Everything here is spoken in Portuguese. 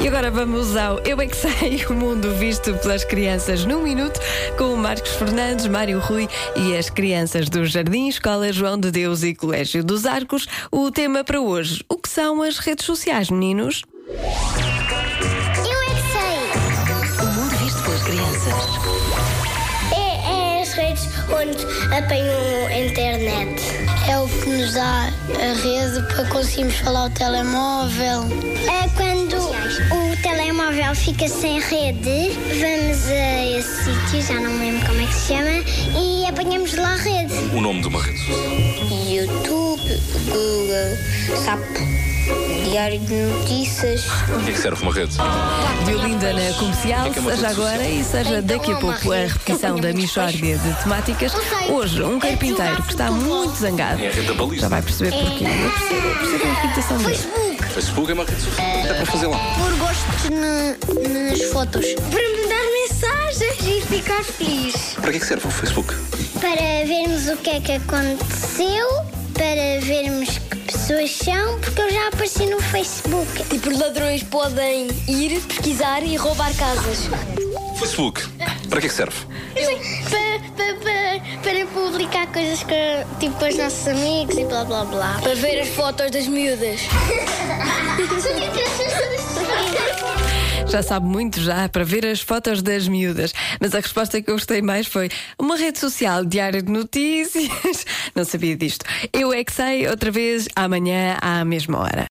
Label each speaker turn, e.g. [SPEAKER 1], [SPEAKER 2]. [SPEAKER 1] Agora vamos ao Eu é que sei, o mundo visto pelas crianças num minuto, com o Marcos Fernandes, Mário Rui e as crianças do Jardim Escola João de Deus e Colégio dos Arcos. O tema para hoje: o que são as redes sociais, meninos?
[SPEAKER 2] Eu é que sei!
[SPEAKER 3] O mundo visto pelas crianças.
[SPEAKER 2] É, é as redes onde apanham a internet. É o que nos dá a rede para conseguirmos falar o telemóvel. É quando o telemóvel fica sem rede, vamos a esse sítio, já não me lembro como é que se chama, e apanhamos lá a rede.
[SPEAKER 4] o nome de uma rede social.
[SPEAKER 2] YouTube, Google, SAP, Diário de Notícias.
[SPEAKER 4] O que é que serve uma rede?
[SPEAKER 1] Violinda na comercial,
[SPEAKER 4] É que é uma
[SPEAKER 1] seja
[SPEAKER 4] rede
[SPEAKER 1] agora
[SPEAKER 4] social.
[SPEAKER 1] e seja
[SPEAKER 2] Então
[SPEAKER 1] daqui a
[SPEAKER 2] é uma
[SPEAKER 1] pouco a
[SPEAKER 2] rede.
[SPEAKER 1] repetição
[SPEAKER 2] Eu
[SPEAKER 1] da
[SPEAKER 2] ponho muitos
[SPEAKER 1] Michórdia de temáticas.
[SPEAKER 2] Eu sei.
[SPEAKER 1] Hoje, um
[SPEAKER 2] É
[SPEAKER 1] carpinteiro
[SPEAKER 2] jogar
[SPEAKER 1] que está
[SPEAKER 2] futebol.
[SPEAKER 1] muito zangado.
[SPEAKER 4] É a rede da baliza.
[SPEAKER 1] Já vai perceber porquê. Eu percebo, eu percebo a irritação dele.
[SPEAKER 2] Facebook,
[SPEAKER 4] Facebook é uma rede social. O que é que vais fazer lá?
[SPEAKER 2] por gostos nas fotos. Para mandar mensagens e ficar feliz.
[SPEAKER 4] Para que é que serve o Facebook?
[SPEAKER 2] para vermos o que é que aconteceu, para vermos que pessoas são, porque eu já apareci no Facebook.
[SPEAKER 5] Tipo, ladrões podem ir pesquisar e roubar casas.
[SPEAKER 4] Facebook. Para que é que serve?
[SPEAKER 2] Para, para, para, para publicar coisas com, tipo, com os nossos amigos e blá blá blá.
[SPEAKER 5] Para ver as fotos das miúdas.
[SPEAKER 1] Já sabe muito já para ver as fotos das miúdas. Mas a resposta que eu gostei mais foi uma rede social, diário de notícias. Não sabia disto. Eu é que sei, outra vez amanhã à mesma hora.